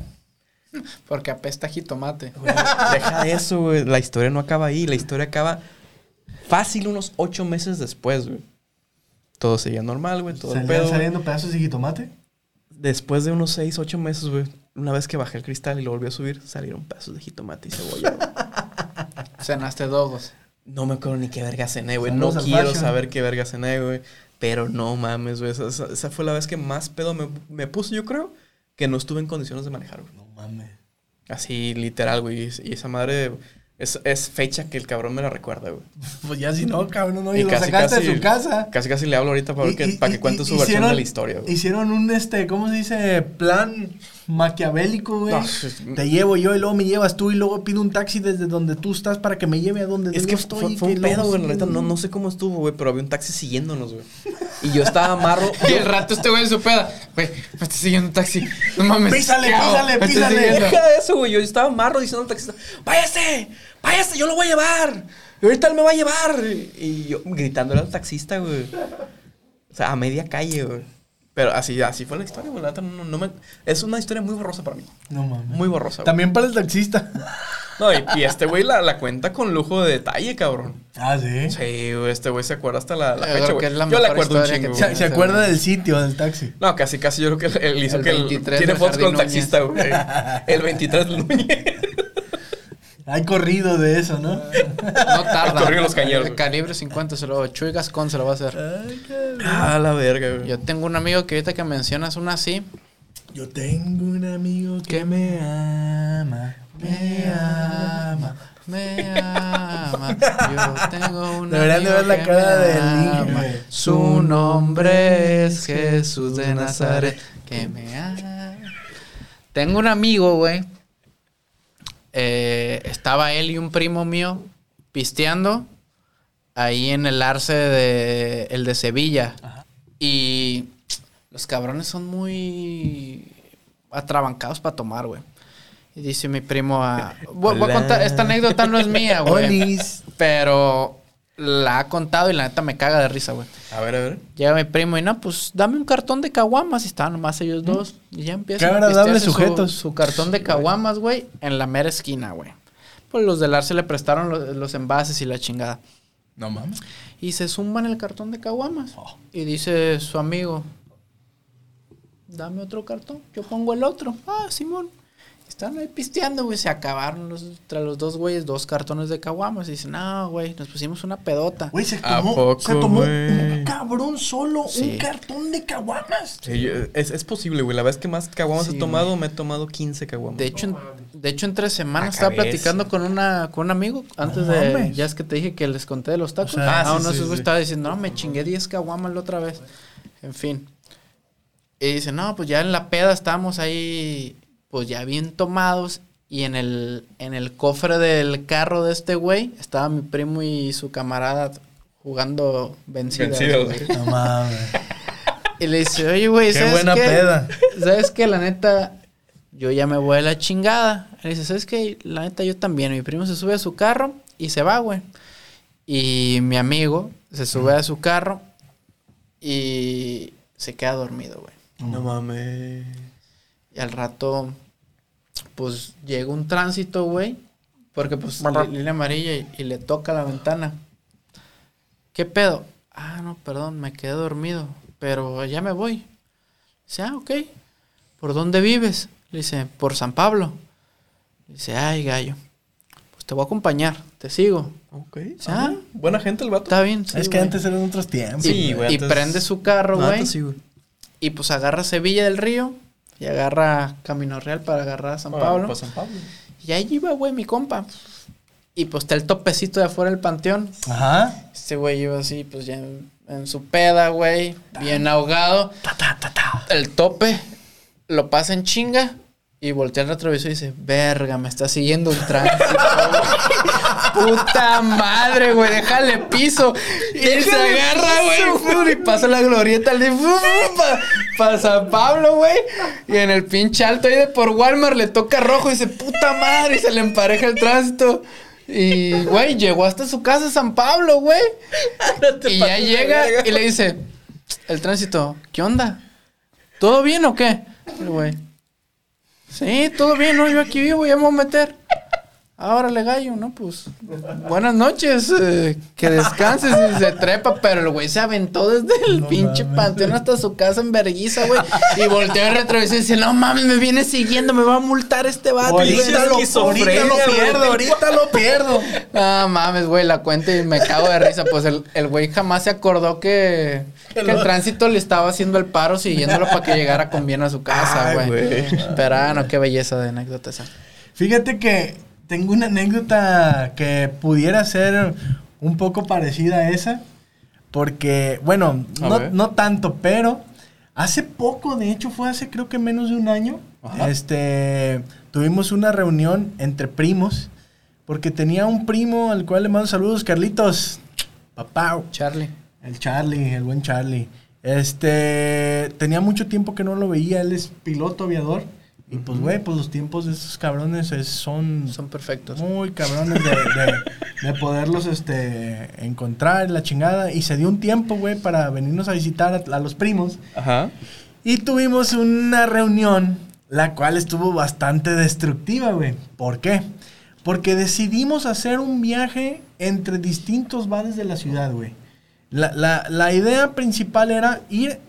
Porque apesta jitomate. Güey, Deja de eso, güey. La historia no acaba ahí. La historia acaba fácil unos ocho meses después, güey. Todo seguía normal, güey. Todo el ¿Salían pedo. güey. saliendo pedazos de jitomate? Después de unos 6, 8 meses, güey, una vez que bajé el cristal y lo volví a subir, salieron pedazos de jitomate y cebolla, güey. Cenaste dogos. No me acuerdo ni qué verga cené, güey. No Saludos al quiero Fashion. saber qué verga cené, güey. Pero no mames, güey. Esa, esa- esa fue la vez que más pedo me, me puse, yo creo, que no estuve en condiciones de manejar, güey. No mames. Así, literal, güey. Y, y esa madre Es, es fecha que el cabrón me la recuerda, güey. Pues ya si no, cabrón, no, y, Y lo casi, sacaste de casi- su casa. Casi casi le hablo ahorita para, ver que, para que cuente su versión de la historia, güey. Hicieron un, este, ¿cómo se dice? Plan maquiavélico, güey. No, es- Te llevo yo y luego me llevas tú y luego pido un taxi desde donde tú estás para que me lleve a donde Es yo que estoy. fue, y fue un que luego pedo, güey. sí, La neta, no, no sé cómo estuvo, güey, pero había un taxi siguiéndonos, güey. Y yo estaba amarro. Y el rato este güey en su peda. Güey, me está siguiendo un taxi. No mames. Písale, ¿qué hago? písale, Me está písale. siguiendo. Deja de eso, güey. Yo estaba amarro diciendo al taxista, váyase, váyase, yo lo voy a llevar. Y ahorita él me va a llevar. Y yo gritándole al taxista, güey. O sea, a media calle, güey. Pero así, así fue la historia, güey. La neta, no- no me- Es una historia muy borrosa para mí. No mames. Muy borrosa, güey. También para el taxista. No, y, y este güey la, la cuenta con lujo de detalle, cabrón. ah, sí. Sí, güey, este güey se acuerda hasta la, la Yo fecha, creo que güey. Eh, es la Yo le mejor acuerdo un historia que chingo. te- Se, güey. se acuerda del sitio del taxi. No, casi, casi yo creo que él él hizo El que el- 23 tiene del fotos con Jardín taxista, güey. El 23 Núñez. Hay corrido de eso, ¿no? No tarda. Corrió los cañeros, güey. Calibre 50 se lo. Chuy Gascón se lo va a hacer. Ah, la verga, güey. Yo tengo un amigo que ahorita que mencionas una así. Yo tengo un amigo que me ama, me ama. Me ama. Yo tengo una. Deberían de ver la cara del niño, güey. Su nombre es Jesús de Nazaret. Que me ama. Tengo un amigo, güey. Eh, estaba él y un primo mío pisteando ahí en el arce de el de Sevilla. Y los cabrones son muy atrabancados para tomar, güey. Y dice mi primo a... Voy, voy a contar, esta anécdota no es mía, güey. Olis. pero la ha contado y la neta me caga de risa, güey. A ver, a ver. Llega mi primo y no, pues dame un cartón de caguamas. Y estaban nomás ellos dos. Y ya empiezan Qué a pistearse agradables su- sujetos. Su, cartón de caguamas, güey, en la mera esquina, güey. Pues los del Arce le prestaron lo- los, envases y la chingada. No mames. Y se zumban el cartón de caguamas. Y dice su amigo, dame otro cartón, yo pongo el otro. Ah, Simón. Están ahí pisteando, güey. Se acabaron los, entre los dos güeyes dos cartones de caguamas. Y dicen, no, güey, nos pusimos una pedota. Güey, se ¿A tomó, poco, se tomó un güey? cabrón solo, un Sí. cartón de caguamas. Sí, yo- es, es posible, güey. La vez que más caguamas Sí, he tomado, me he tomado 15 caguamas. De hecho, en- de hecho, en tres semanas La estaba cabeza. platicando con una con un amigo antes No de. mames. Ya es que te dije que les conté de los tacos. O sea, ah, sí, uno de sí, esos güeyes sí. estaba diciendo, no, me chingué 10 caguamas la otra vez. En fin. Y dice, no, pues ya en la peda estábamos ahí, pues ya bien tomados. Y en el, en el cofre del carro de este güey estaba mi primo y su camarada jugando vencidas. Vencidas, güey. güey. No mames. Y le dice, oye, güey, Qué ¿sabes buena qué? peda. ¿Sabes qué? La neta, yo ya me voy a la chingada. Le dice, ¿sabes qué? La neta, yo también. Mi primo se sube a su carro y se va, güey. Y mi amigo se sube a su carro y se queda dormido, güey. No mames. Y al rato, pues llega un tránsito, güey. Porque pues li- línea amarilla y, y le toca la ventana. ¿Qué pedo? Ah, no, perdón, me quedé dormido. Pero ya me voy. Dice, ah, ok. ¿Por dónde vives? Le dice, por San Pablo. Dice, ay, gallo. Pues te voy a acompañar, te sigo. Ok. Ah. Ah, buena gente el vato. Está bien. sí, es que güey. antes eran otros tiempos. Sí, güey. y, güey, y antes- prende su carro, Neta, güey. sí, güey. Y pues agarra Sevilla del Río y agarra Camino Real para agarrar a San Bueno, Pablo. pa' Pues San Pablo. Y ahí iba, güey, mi compa. Y pues está el topecito de afuera del panteón. Ajá. Este güey iba así, pues ya en, en su peda, güey. Bien ahogado. El tope. Lo pasa en chinga. Y voltea al retrovisor y dice, verga, me está siguiendo un tránsito. güey". Puta madre, güey, déjale piso. Y se agarra, güey. fum, Y pasa la glorieta al de para San Pablo, güey. Y en el pinche alto ahí de por Walmart le toca rojo y dice, puta madre. Y se le empareja el tránsito. Y, güey, llegó hasta su casa San Pablo, güey. Y ya llega y le dice, el tránsito, ¿qué onda? ¿Todo bien o qué? Y el güey. Sí, todo bien, ¿no? Yo aquí vivo, ya me voy a meter. Ahora le gallo, ¿no? Pues, buenas noches, eh, que descanses y se trepa, pero el güey se aventó desde el pinche panteón hasta su casa en verguiza, güey. Y volteó el retrovisor y dice, no mames, me viene siguiendo, me va a multar este vato. Oye, Y Ahorita Pinche lo, esquizofrenia, ahorita lo güey. pierdo, ahorita lo pierdo. Ah, mames, güey, la cuenta y me cago de risa. Pues el, el güey jamás se acordó que, que el tránsito le estaba haciendo el paro siguiéndolo para que llegara con bien a su casa, Ay, güey. güey. Pero ah, no, qué belleza de anécdota esa. Fíjate que Tengo una anécdota que pudiera ser un poco parecida a esa. Porque, bueno, A no, ver. no tanto, pero hace poco, de hecho, fue hace creo que menos de un año. Ajá. Este tuvimos una reunión entre primos. Porque tenía un primo al cual le mando saludos, Carlitos. Papá. Charlie. El Charlie, el buen Charlie. Este, tenía mucho tiempo que no lo veía, él es piloto aviador. Y pues, güey, pues los tiempos de esos cabrones es- son, Son perfectos. muy cabrones de, de- de poderlos este, encontrar, la chingada. Y se dio un tiempo, güey, para venirnos a visitar a, a los primos. Ajá. Y tuvimos una reunión, la cual estuvo bastante destructiva, güey. ¿Por qué? Porque decidimos hacer un viaje entre distintos bares de la ciudad, güey. La, la- la idea principal era ir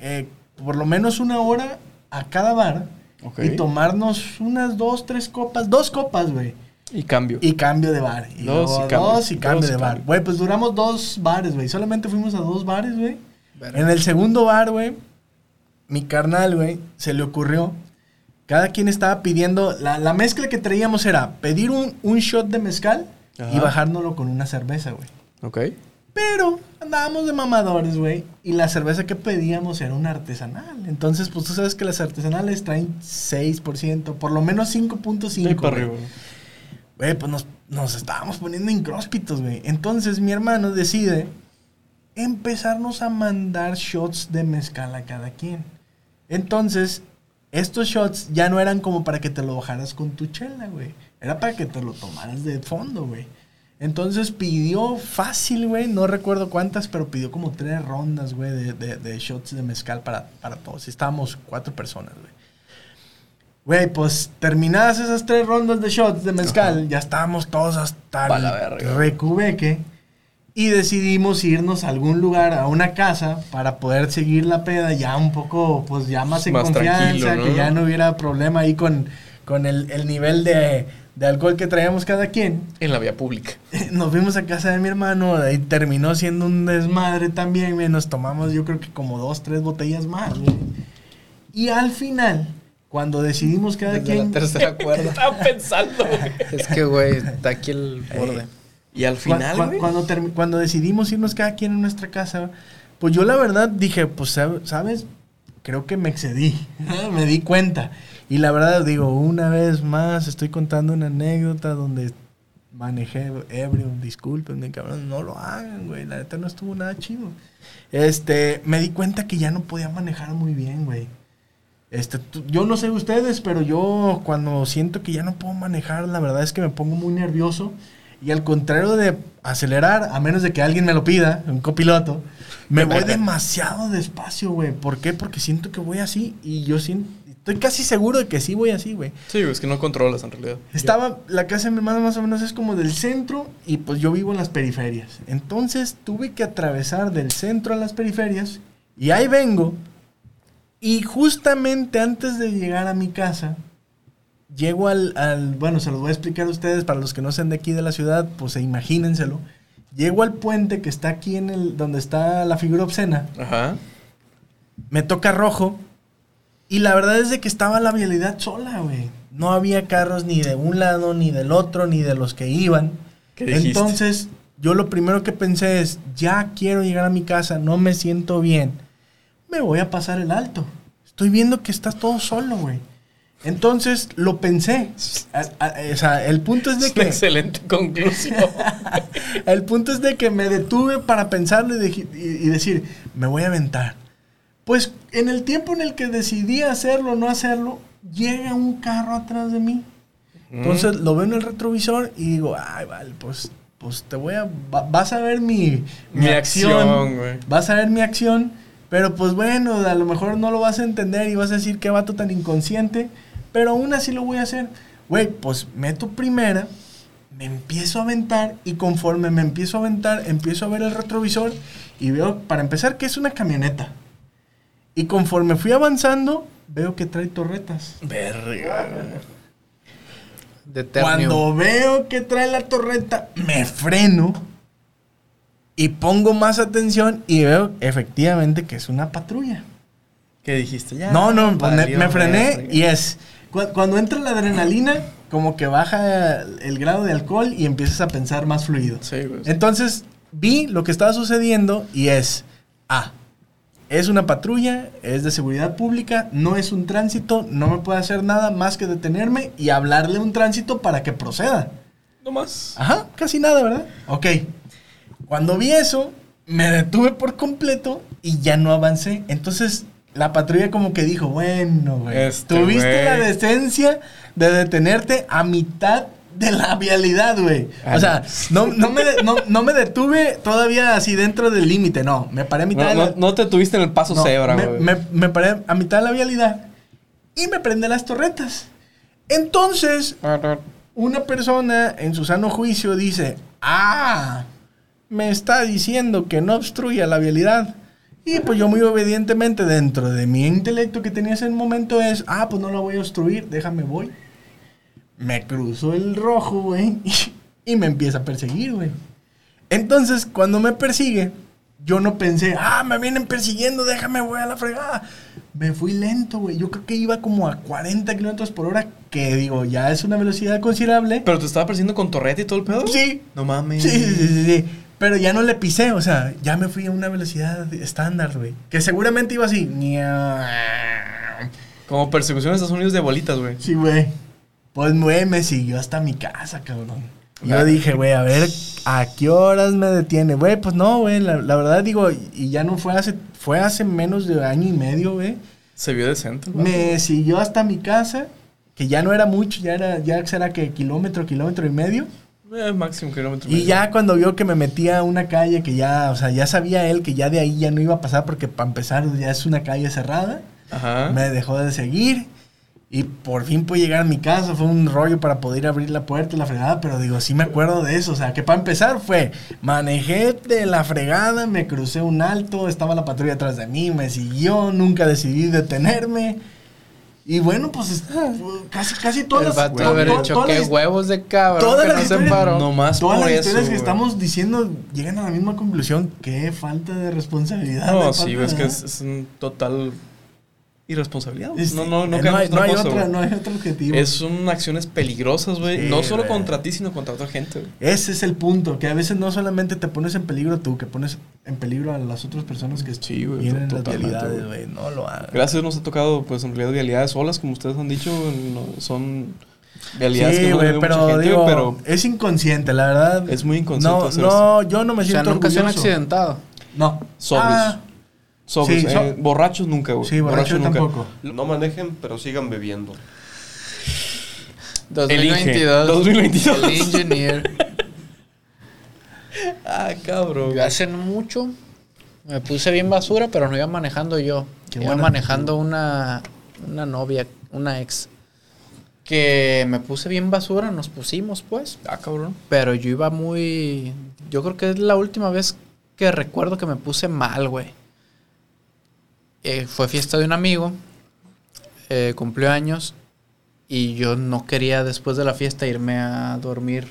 eh, por lo menos una hora a cada bar Ok. y tomarnos unas dos, tres copas, dos copas, güey. Y cambio. Y cambio de bar. Y Dos luego y cambio. dos y cambio Dos y de bar. cambio. Güey, pues duramos dos bares, güey. Solamente fuimos a dos bares, güey. En el segundo bar, güey, mi carnal, güey, se le ocurrió. Cada quien estaba pidiendo. La, la mezcla que traíamos era pedir un, un shot de mezcal y Ajá. bajárnoslo con una cerveza, güey. Ok. Pero andábamos de mamadores, güey. Y la cerveza que pedíamos era una artesanal. Entonces, pues tú sabes que las artesanales traen 6%, por lo menos 5.5. Estoy para güey. arriba. Güey, pues nos, nos estábamos poniendo incróspitos, güey. Entonces mi hermano decide empezarnos a mandar shots de mezcal a cada quien. Entonces, estos shots ya no eran como para que te lo bajaras con tu chela, güey. Era para que te lo tomaras de fondo, güey. Entonces pidió fácil, güey. No recuerdo cuántas, pero pidió como tres rondas, güey, de, de- de shots de mezcal para, para todos. Y Estábamos cuatro personas, güey. Güey, pues terminadas esas tres rondas de shots de mezcal, ya estábamos todos hasta Pa' la verga. recubeque. Y decidimos irnos a algún lugar, a una casa, para poder seguir la peda ya un poco, pues ya más en Más confianza, tranquilo, que ¿no? ya no hubiera problema ahí con, con el, el nivel de, de alcohol que traíamos cada quien. En la vía pública. Nos fuimos a casa de mi hermano, ahí terminó siendo un desmadre también, güey. Nos tomamos yo creo que como dos, tres botellas más, güey. Y al final, cuando decidimos cada Desde quien... la tercera cuerda. Estaba pensando, güey. es que, güey, está aquí el borde. Y al Cua- final, cua- güey. cuando, termi- cuando decidimos irnos cada quien a nuestra casa, pues yo la verdad dije, pues sab- sabes, creo que me excedí, me di cuenta. Y la verdad digo, una vez más estoy contando una anécdota donde manejé ebrio, disculpenme cabrón, no lo hagan, güey, la neta no estuvo nada chido. Este, me di cuenta que ya no podía manejar muy bien, güey. Este, tú- yo no sé ustedes, pero yo cuando siento que ya no puedo manejar, la verdad es que me pongo muy nervioso. Y al contrario de acelerar, a menos de que alguien me lo pida, un copiloto, me voy demasiado despacio, güey. ¿Por qué? Porque siento que voy así y yo sin- estoy casi seguro de que sí voy así, güey. Sí, güey, es que no controlas en realidad. Estaba, la casa de mi hermano más o menos es como del centro y pues yo vivo en las periferias. Entonces tuve que atravesar del centro a las periferias y ahí vengo. Y justamente antes de llegar a mi casa, llego al, al- bueno, se los voy a explicar a ustedes, para los que no sean de aquí de la ciudad, pues imagínenselo. Llego al puente que está aquí en el, donde está la figura obscena Ajá. me toca rojo. Y la verdad es de que estaba la vialidad sola, güey. No había carros ni de un lado, ni del otro, ni de los que iban. ¿Qué dijiste? Entonces, yo lo primero que pensé es, ya quiero llegar a mi casa, no me siento bien. Me voy a pasar el alto. Estoy viendo que estás todo solo, güey. Entonces, lo pensé. A- a- o sea, el punto es de Es una que... excelente conclusión. El punto es de que me detuve para pensarlo y, deji- y- y decir, me voy a aventar. Pues en el tiempo en el que decidí hacerlo o no hacerlo, llega un carro atrás de mí. Entonces lo veo en el retrovisor y digo, ay, vale, pues, pues te voy a... va- vas a ver mi, Mi acción, güey. Vas a ver mi acción, pero pues bueno, a lo mejor no lo vas a entender y vas a decir qué vato tan inconsciente, pero aún así lo voy a hacer. Güey, pues meto primera, me empiezo a aventar y conforme me empiezo a aventar, empiezo a ver el retrovisor y veo, para empezar, que es una camioneta. Y conforme fui avanzando, veo que trae torretas. De Ternium. Cuando veo que trae la torreta, me freno y pongo más atención y veo efectivamente que es una patrulla. ¿Qué dijiste? Ya. No, no, pues, me, valió me frené verga. y es. Cu- Cuando entra la adrenalina, como que baja el grado de alcohol y empiezas a pensar más fluido. Sí, pues. güey. Entonces vi lo que estaba sucediendo y es, ah, es una patrulla, es de seguridad pública, no es un tránsito, no me puede hacer nada más que detenerme y hablarle a un tránsito para que proceda. No más. Ajá, casi nada, ¿verdad? Ok. Cuando vi eso, me detuve por completo y ya no avancé. Entonces, la patrulla como que dijo, bueno, güey, Este tuviste güey. la decencia de detenerte a mitad de la vialidad, güey. Ah, o sea, no, no, me de- no- no me detuve todavía así dentro del límite, no. Me paré a mitad No, de no- la... no te tuviste en el paso No, cebra, me, güey. me- me paré a mitad de la vialidad y me prende las torretas. Entonces, una persona en su sano juicio dice, ah, me está diciendo que no obstruya la vialidad. Y pues yo muy obedientemente dentro de mi intelecto que tenía ese momento es, ah, pues no la voy a obstruir, déjame voy. Me cruzó el rojo, güey, y me empieza a perseguir, güey. Entonces, cuando me persigue, yo no pensé, ah, me vienen persiguiendo, déjame, voy a la fregada. Me fui lento, güey. Yo creo que iba como a 40 kilómetros por hora, que digo, ya es una velocidad considerable. ¿Pero te estaba persiguiendo con torreta y todo el pedo? Sí. No mames. Sí, sí, sí, sí, sí. Pero ya no le pisé, o sea, ya me fui a una velocidad estándar, güey. Que seguramente iba así. Como persecución en Estados Unidos de bolitas, güey. Sí, güey. Pues, güey, me siguió hasta mi casa, cabrón. Yo Ya. dije, güey, a ver, ¿a qué horas me detiene? Güey, pues no, güey, la, la verdad digo, y ya no fue hace, fue hace menos de año y medio, güey. Se vio decente, güey. Me siguió hasta mi casa, que ya no era mucho, ya era, ya será que kilómetro, kilómetro y medio. Eh, máximo kilómetro. Y medio. ya cuando vio que me metía a una calle que ya, o sea, ya sabía él que ya de ahí ya no iba a pasar porque para empezar ya es una calle cerrada, Ajá. me dejó de seguir y por fin pude llegar a mi casa, fue un rollo para poder abrir la puerta y la fregada, pero digo, sí me acuerdo de eso, o sea, que para empezar fue, manejé de la fregada, me crucé un alto, estaba la patrulla atrás de mí, me siguió, nunca decidí detenerme. Y bueno, pues es- casi, casi todas El las... vato to- haber to- hecho todas qué las- huevos de cabrón todas que las no se historias- paró. No más Todas por las eso, historias que güey. estamos diciendo llegan a la misma conclusión. Qué falta de responsabilidad. No, de sí, falta güey, es de- que es, es un total irresponsabilidad. güey. Este, no, no, no, eh, queremos hay, no otra hay cosa, otra, güey. no hay otro objetivo. Es son acciones peligrosas, güey. Sí, no solo güey. contra ti, sino contra otra gente, güey. Ese es el punto, que a veces no solamente te pones en peligro tú, que pones en peligro a las otras personas que Sí, güey, vienen en las totalmente, vialidades, güey. güey. No lo hagas. Gracias, a Dios nos ha tocado, pues, en realidad, vialidades solas, como ustedes han dicho, no- son vialidades Sí, que no güey, vive mucha pero gente, digo, güey, pero es inconsciente, la verdad. Es muy inconsciente No, hacer no, yo no me O sea, siento nunca se han orgulloso. accidentado. No. Sobrios. Ah, sobrios, sí, so- eh, borrachos nunca, güey. sí, borracho nunca. tampoco. No manejen, pero sigan bebiendo. 2022. 2022. El Engineer. Ah, cabrón. Yo hace no mucho me puse bien basura, pero no iba manejando yo. Qué iba buena manejando una, una novia, una ex. Que me puse bien basura, nos pusimos pues. Ah, cabrón. Pero yo iba muy. Yo creo que es la última vez que recuerdo que me puse mal, güey. Eh, fue fiesta de un amigo, eh, cumplió años, y yo no quería después de la fiesta irme a dormir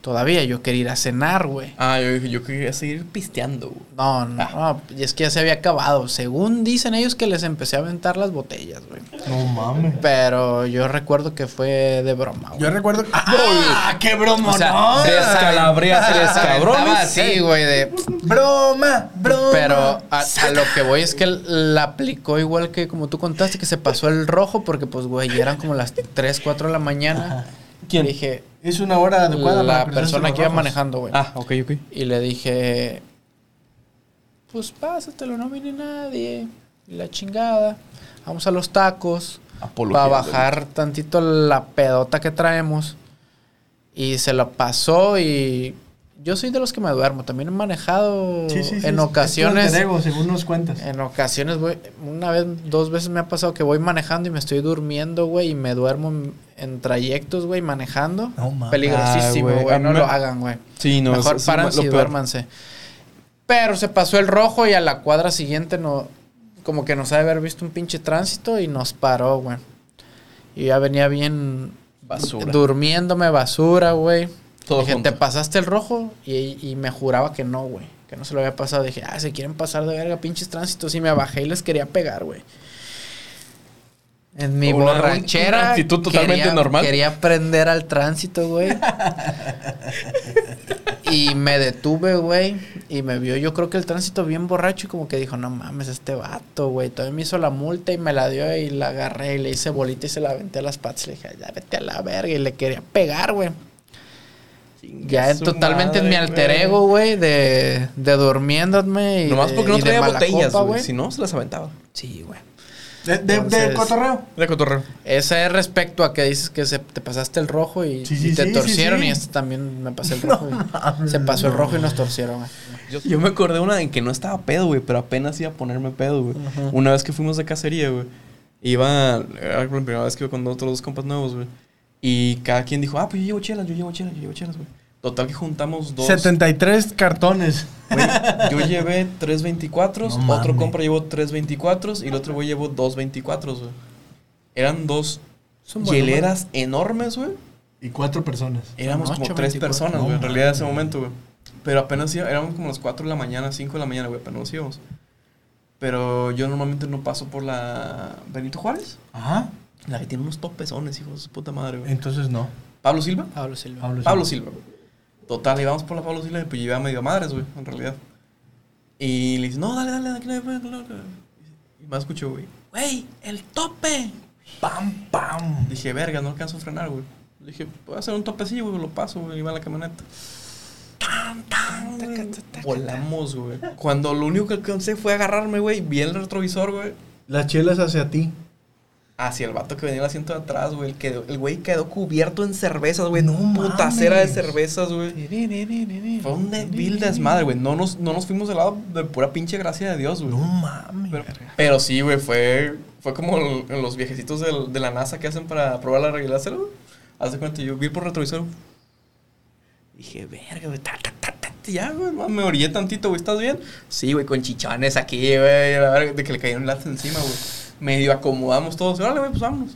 todavía. Yo quería ir a cenar, güey. Ah, yo dije, yo quería seguir pisteando, güey. No, no, no, y es que ya se había acabado. Según dicen ellos que les empecé a aventar las botellas, güey. No mames. Pero yo recuerdo que fue de broma, güey. Yo recuerdo. ¡Ah! ¡Qué broma! O sea, no! tres Calabria, tres cabrones. Sí, güey, de... Broma, broma. Pero ah, a, a lo que voy es que la aplicó igual que como tú contaste, que se pasó el rojo porque pues, güey, ya eran como las 3, 4 de la mañana. ¿Quién? Dije, es una hora adecuada. la para cruzarse persona los que iba rojos. manejando, güey. Ah, ok, ok. Y le dije, pues pásatelo, no viene nadie. Y la chingada. Vamos a los tacos. Apología para del bajar tantito la pedota que traemos. Y se la pasó y... Yo soy de los que me duermo. También he manejado Sí, sí, sí, es- en Es ocasiones... tu alter ego, según nos cuentas. En ocasiones, voy, una vez, dos veces me ha pasado que voy manejando y me estoy durmiendo, güey, y me duermo en, en trayectos, güey, manejando. No mames. Peligrosísimo, Ah, güey. güey. A mí No me- lo hagan, güey. Sí, no, Mejor es- es párense lo y peor. duérmanse. Pero se pasó el rojo y a la cuadra siguiente no, como que nos ha de haber visto un pinche tránsito y nos paró, güey. Y ya venía bien Basura. durmiéndome basura, güey. Todo Dije, junto. te pasaste el rojo y, y me juraba que no, güey. Que no se lo había pasado. Dije, ah, se quieren pasar de verga, pinches tránsitos. Y me bajé y les quería pegar, güey. En mi Una- borrachera. una actitud totalmente quería- normal. Quería aprender al tránsito, güey. y me detuve, güey. Y me vio, yo creo que el tránsito bien borracho. Y como que dijo, no mames, este vato, güey. Todavía me hizo la multa y me la dio y la agarré y le hice bolita y se la aventé a las patas. Le dije, ya vete a la verga. Y le quería pegar, güey. Ya su totalmente en mi madre, alter güey. ego, güey, de, de durmiéndome y. Nomás de- porque no y de traía mala botellas, copa, güey. Si no, se las aventaba. Sí, güey. De, de- de Entonces- cotorreo. De cotorreo. Esa es respecto a que dices que se, te pasaste el rojo y, Sí, y sí, te sí, sí, torcieron sí. y este también me pasé el rojo. y mames, se pasó el rojo y nos torcieron. güey. Yo, me acordé una en que no estaba pedo, güey, pero apenas iba a ponerme pedo, güey. Una vez que fuimos de cacería, güey, iba. Era la primera vez que iba con otros dos compas nuevos, güey. Y cada quien dijo, ah, pues yo llevo chelas, yo llevo chelas, yo llevo chelas, güey. Total que juntamos dos. 73 cartones. Güey, yo llevé 324, No mames. otro compra llevó 324 y el otro güey llevó 224, güey. Eran dos hieleras enormes, güey. Y cuatro personas. Éramos Ocho, como tres 24. personas, No güey, en realidad en ese momento, güey. Pero apenas iba- éramos como las 4 de la mañana, 5 de la mañana, güey, apenas nos íbamos. Pero yo normalmente no paso por la Benito Juárez. Ajá. La que tiene unos topezones, hijos de su puta madre, güey. Ah, Entonces no. ¿Pablo Silva? Pablo Silva. Pablo, Pablo Silva. güey. Total, íbamos por la Pablo Silva y pues yo iba medio madres, güey, en realidad. Y le dice, no, dale, dale, dale, dale, dale, dale". Y más escucho, güey, güey, el tope. Pam, pam. Dije, verga, no alcanzo a frenar, güey. Le dije, voy a hacer un topecillo, güey, lo paso, güey, y va la camioneta. Tan, tan, güey. Volamos, güey. Cuando lo único que alcancé fue agarrarme, güey, vi el retrovisor, güey, Las chelas hacia ti. hacia el vato que venía en el asiento de atrás, güey. El quedó- el güey quedó cubierto en cervezas, güey, en No un putacera de mames. cervezas, güey. Fue un de- vil desmadre, güey. No nos, no nos fuimos del lado de pura pinche gracia de Dios, güey. No mames. Pero, pero sí, güey, fue, fue como el- los viejecitos del- de la NASA que hacen para probar la regla cero. Hace cuenta, yo vi por retrovisor. Dije, verga, güey, ta, ta, ta, ta, ya, güey, no, me orillé tantito, güey, ¿estás bien? Sí, güey, con chichones aquí, güey, la verga, de que le cayeron latas encima, güey. Medio acomodamos todos, órale, güey, pues vámonos.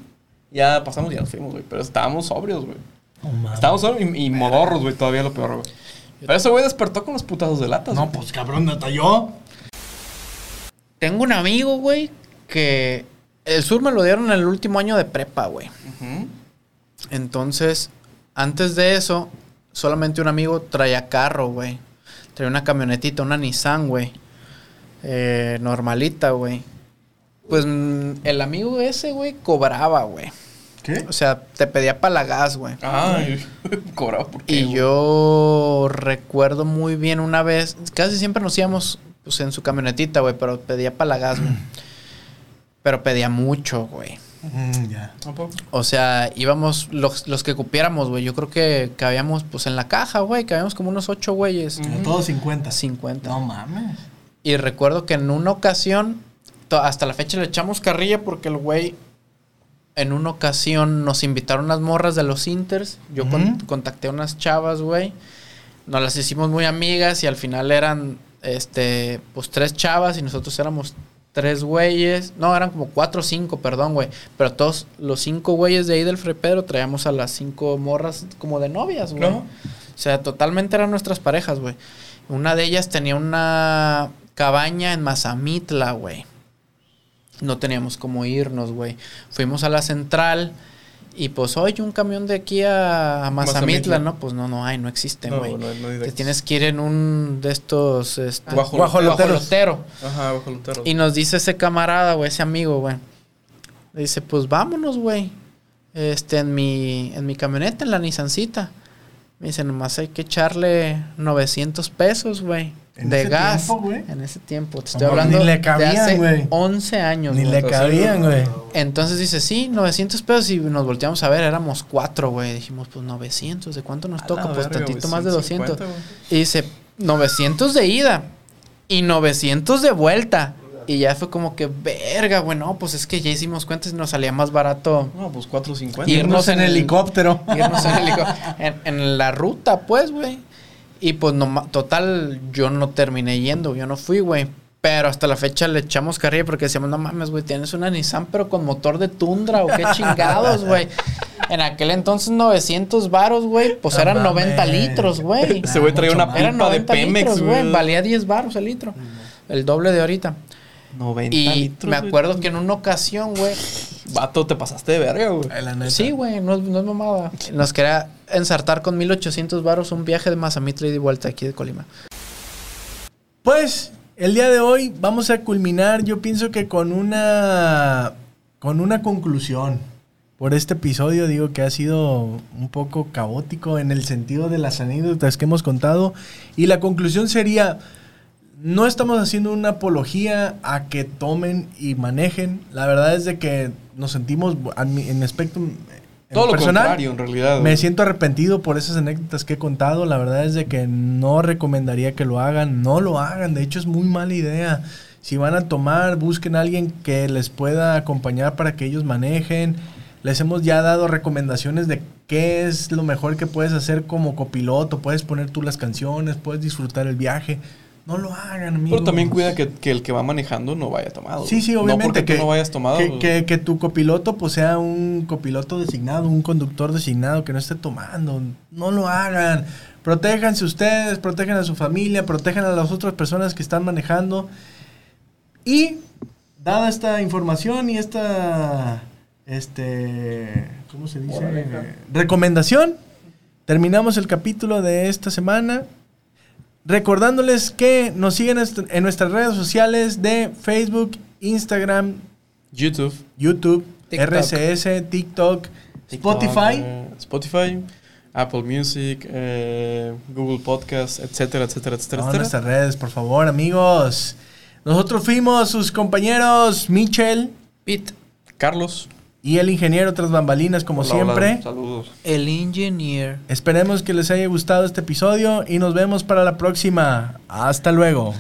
Ya pasamos y ya nos fuimos, güey, pero estábamos sobrios, güey. No mames. Estábamos sobrios y, y modorros, güey, todavía lo peor, güey. Pero ese güey despertó con los putazos de latas. No, güey. pues cabrón, hasta yo. Tengo un amigo, güey, que el sur me lo dieron en el último año de prepa, güey. Ujú. Entonces, antes de eso, solamente un amigo traía carro, güey. Traía una camionetita, una Nissan, güey. Eh, normalita, güey. Pues mm, el amigo ese, güey, cobraba, güey. ¿Qué? O sea, te pedía palagas, güey. Ay, cobraba por qué, Y güey? yo recuerdo muy bien una vez, casi siempre nos íbamos pues, en su camionetita, güey, pero pedía palagas, güey. Pero pedía mucho, güey. Mm, ya. Tampoco. O sea, íbamos los, los que cupiéramos, güey. Yo creo que cabíamos, pues, en la caja, güey. Cabíamos como unos ocho güeyes. Pero Todo 50. 50. Mm. No mames. Y recuerdo que en una ocasión, to- hasta la fecha le echamos carrilla porque el güey, en una ocasión nos invitaron unas morras de los Inters. Yo con- Ujú. contacté a unas chavas, güey. Nos las hicimos muy amigas y al final eran, este, pues tres chavas y nosotros éramos tres güeyes. No, eran como cuatro o cinco, perdón, güey. Pero todos los cinco güeyes de ahí del Fray Pedro traíamos a las cinco morras como de novias, güey. No. O sea, totalmente eran nuestras parejas, güey. Una de ellas tenía una cabaña en Mazamitla, güey. No teníamos cómo irnos, güey. Fuimos a la central y pues, oye, un camión de aquí a, a Mazamitla, Mazamitla. ¿no? Pues no, no hay, no existen, No, güey. no, no hay Te directos. tienes que ir en un de estos... Este, Guajoloteros. guajolotero. Ajá, bajo Lutero. Y nos dice ese camarada, güey, ese amigo, güey. Le dice, pues vámonos, güey. Este, en mi, en mi camioneta, en la Nissancita. Me dice, nomás hay que echarle 900 pesos, güey. ¿En De ese gas. tiempo, güey? en ese tiempo. Te estoy No, hablando ni le de cabían, hace güey. 11 años, Ni güey. le cabían, güey. Entonces dice, sí, 900 pesos. Y nos volteamos a ver, éramos cuatro, güey. Dijimos, pues 900, ¿de cuánto nos A toca? la Pues verga, tantito güey, más de 150, 200. Y dice, 900 de ida y 900 de vuelta. Y ya fue como que, verga, güey, no, pues es que ya hicimos cuentas y nos salía más barato No, pues 450. Y- Irnos Irnos en en el- helicóptero. irnos en, helico- en- en la ruta, pues, güey. Y pues, no, total, yo no terminé yendo, yo no fui, güey. Pero hasta la fecha le echamos carrilla porque decíamos, no mames, güey, tienes una Nissan pero con motor de tundra o qué chingados, güey. En aquel entonces 900 varos, güey, pues No eran mames. Ah, 90 litros, güey. Ese güey traía Mucho una más. Eran pipa Ah. de 90 Pemex, litros, güey. güey. Valía 10 baros el litro. El doble de ahorita. 90 Y litros, me güey. acuerdo que en una ocasión, güey, Vato, te pasaste de verga, güey. Eh, la neta. Sí, güey, no, es- no es mamada. Nos quería ensartar con 1800 varos un viaje de Mazamitla y de vuelta aquí de Colima. Pues el día de hoy vamos a culminar, yo pienso que con una con una conclusión. Por este episodio digo que ha sido un poco caótico en el sentido de las anécdotas que hemos contado y la conclusión sería no estamos haciendo una apología a que tomen y manejen. La verdad es de que nos sentimos a mi- en mi aspecto en Todo lo personal, contrario, en realidad. me güey. siento arrepentido por esas anécdotas que he contado. La verdad es de que no recomendaría que lo hagan. No lo hagan. De hecho, es muy mala idea. Si van a tomar, busquen a alguien que les pueda acompañar para que ellos manejen. Les hemos ya dado recomendaciones de qué es lo mejor que puedes hacer como copiloto. Puedes poner tú las canciones, puedes disfrutar el viaje. No lo hagan, amigos. Pero también cuida que, que el que va manejando no vaya tomado. Sí, sí, güey. obviamente. No porque que, tú no vayas tomado. Que, güey. que- que tu copiloto pues, sea un copiloto designado, un conductor designado que no esté tomando. No lo hagan. Protéjanse ustedes, protejan a su familia, protejan a las otras personas que están manejando. Y dada esta información y esta. Este. ¿Cómo se dice? Recomendación. Terminamos el capítulo de esta semana. Recordándoles que nos siguen est- en nuestras redes sociales de Facebook, Instagram, YouTube. YouTube, TikTok. RSS, TikTok, Spotify. eh, Spotify. Apple Music. eh, Google Podcast. Etcétera, etcétera, etcétera, Todas etcétera. nuestras redes, por favor, amigos. Nosotros fuimos sus compañeros Michel Pit, Carlos. y el ingeniero tras bambalinas, como Hola, hola, siempre. Saludos. el engineer. Esperemos que les haya gustado este episodio y nos vemos para la próxima. Hasta luego.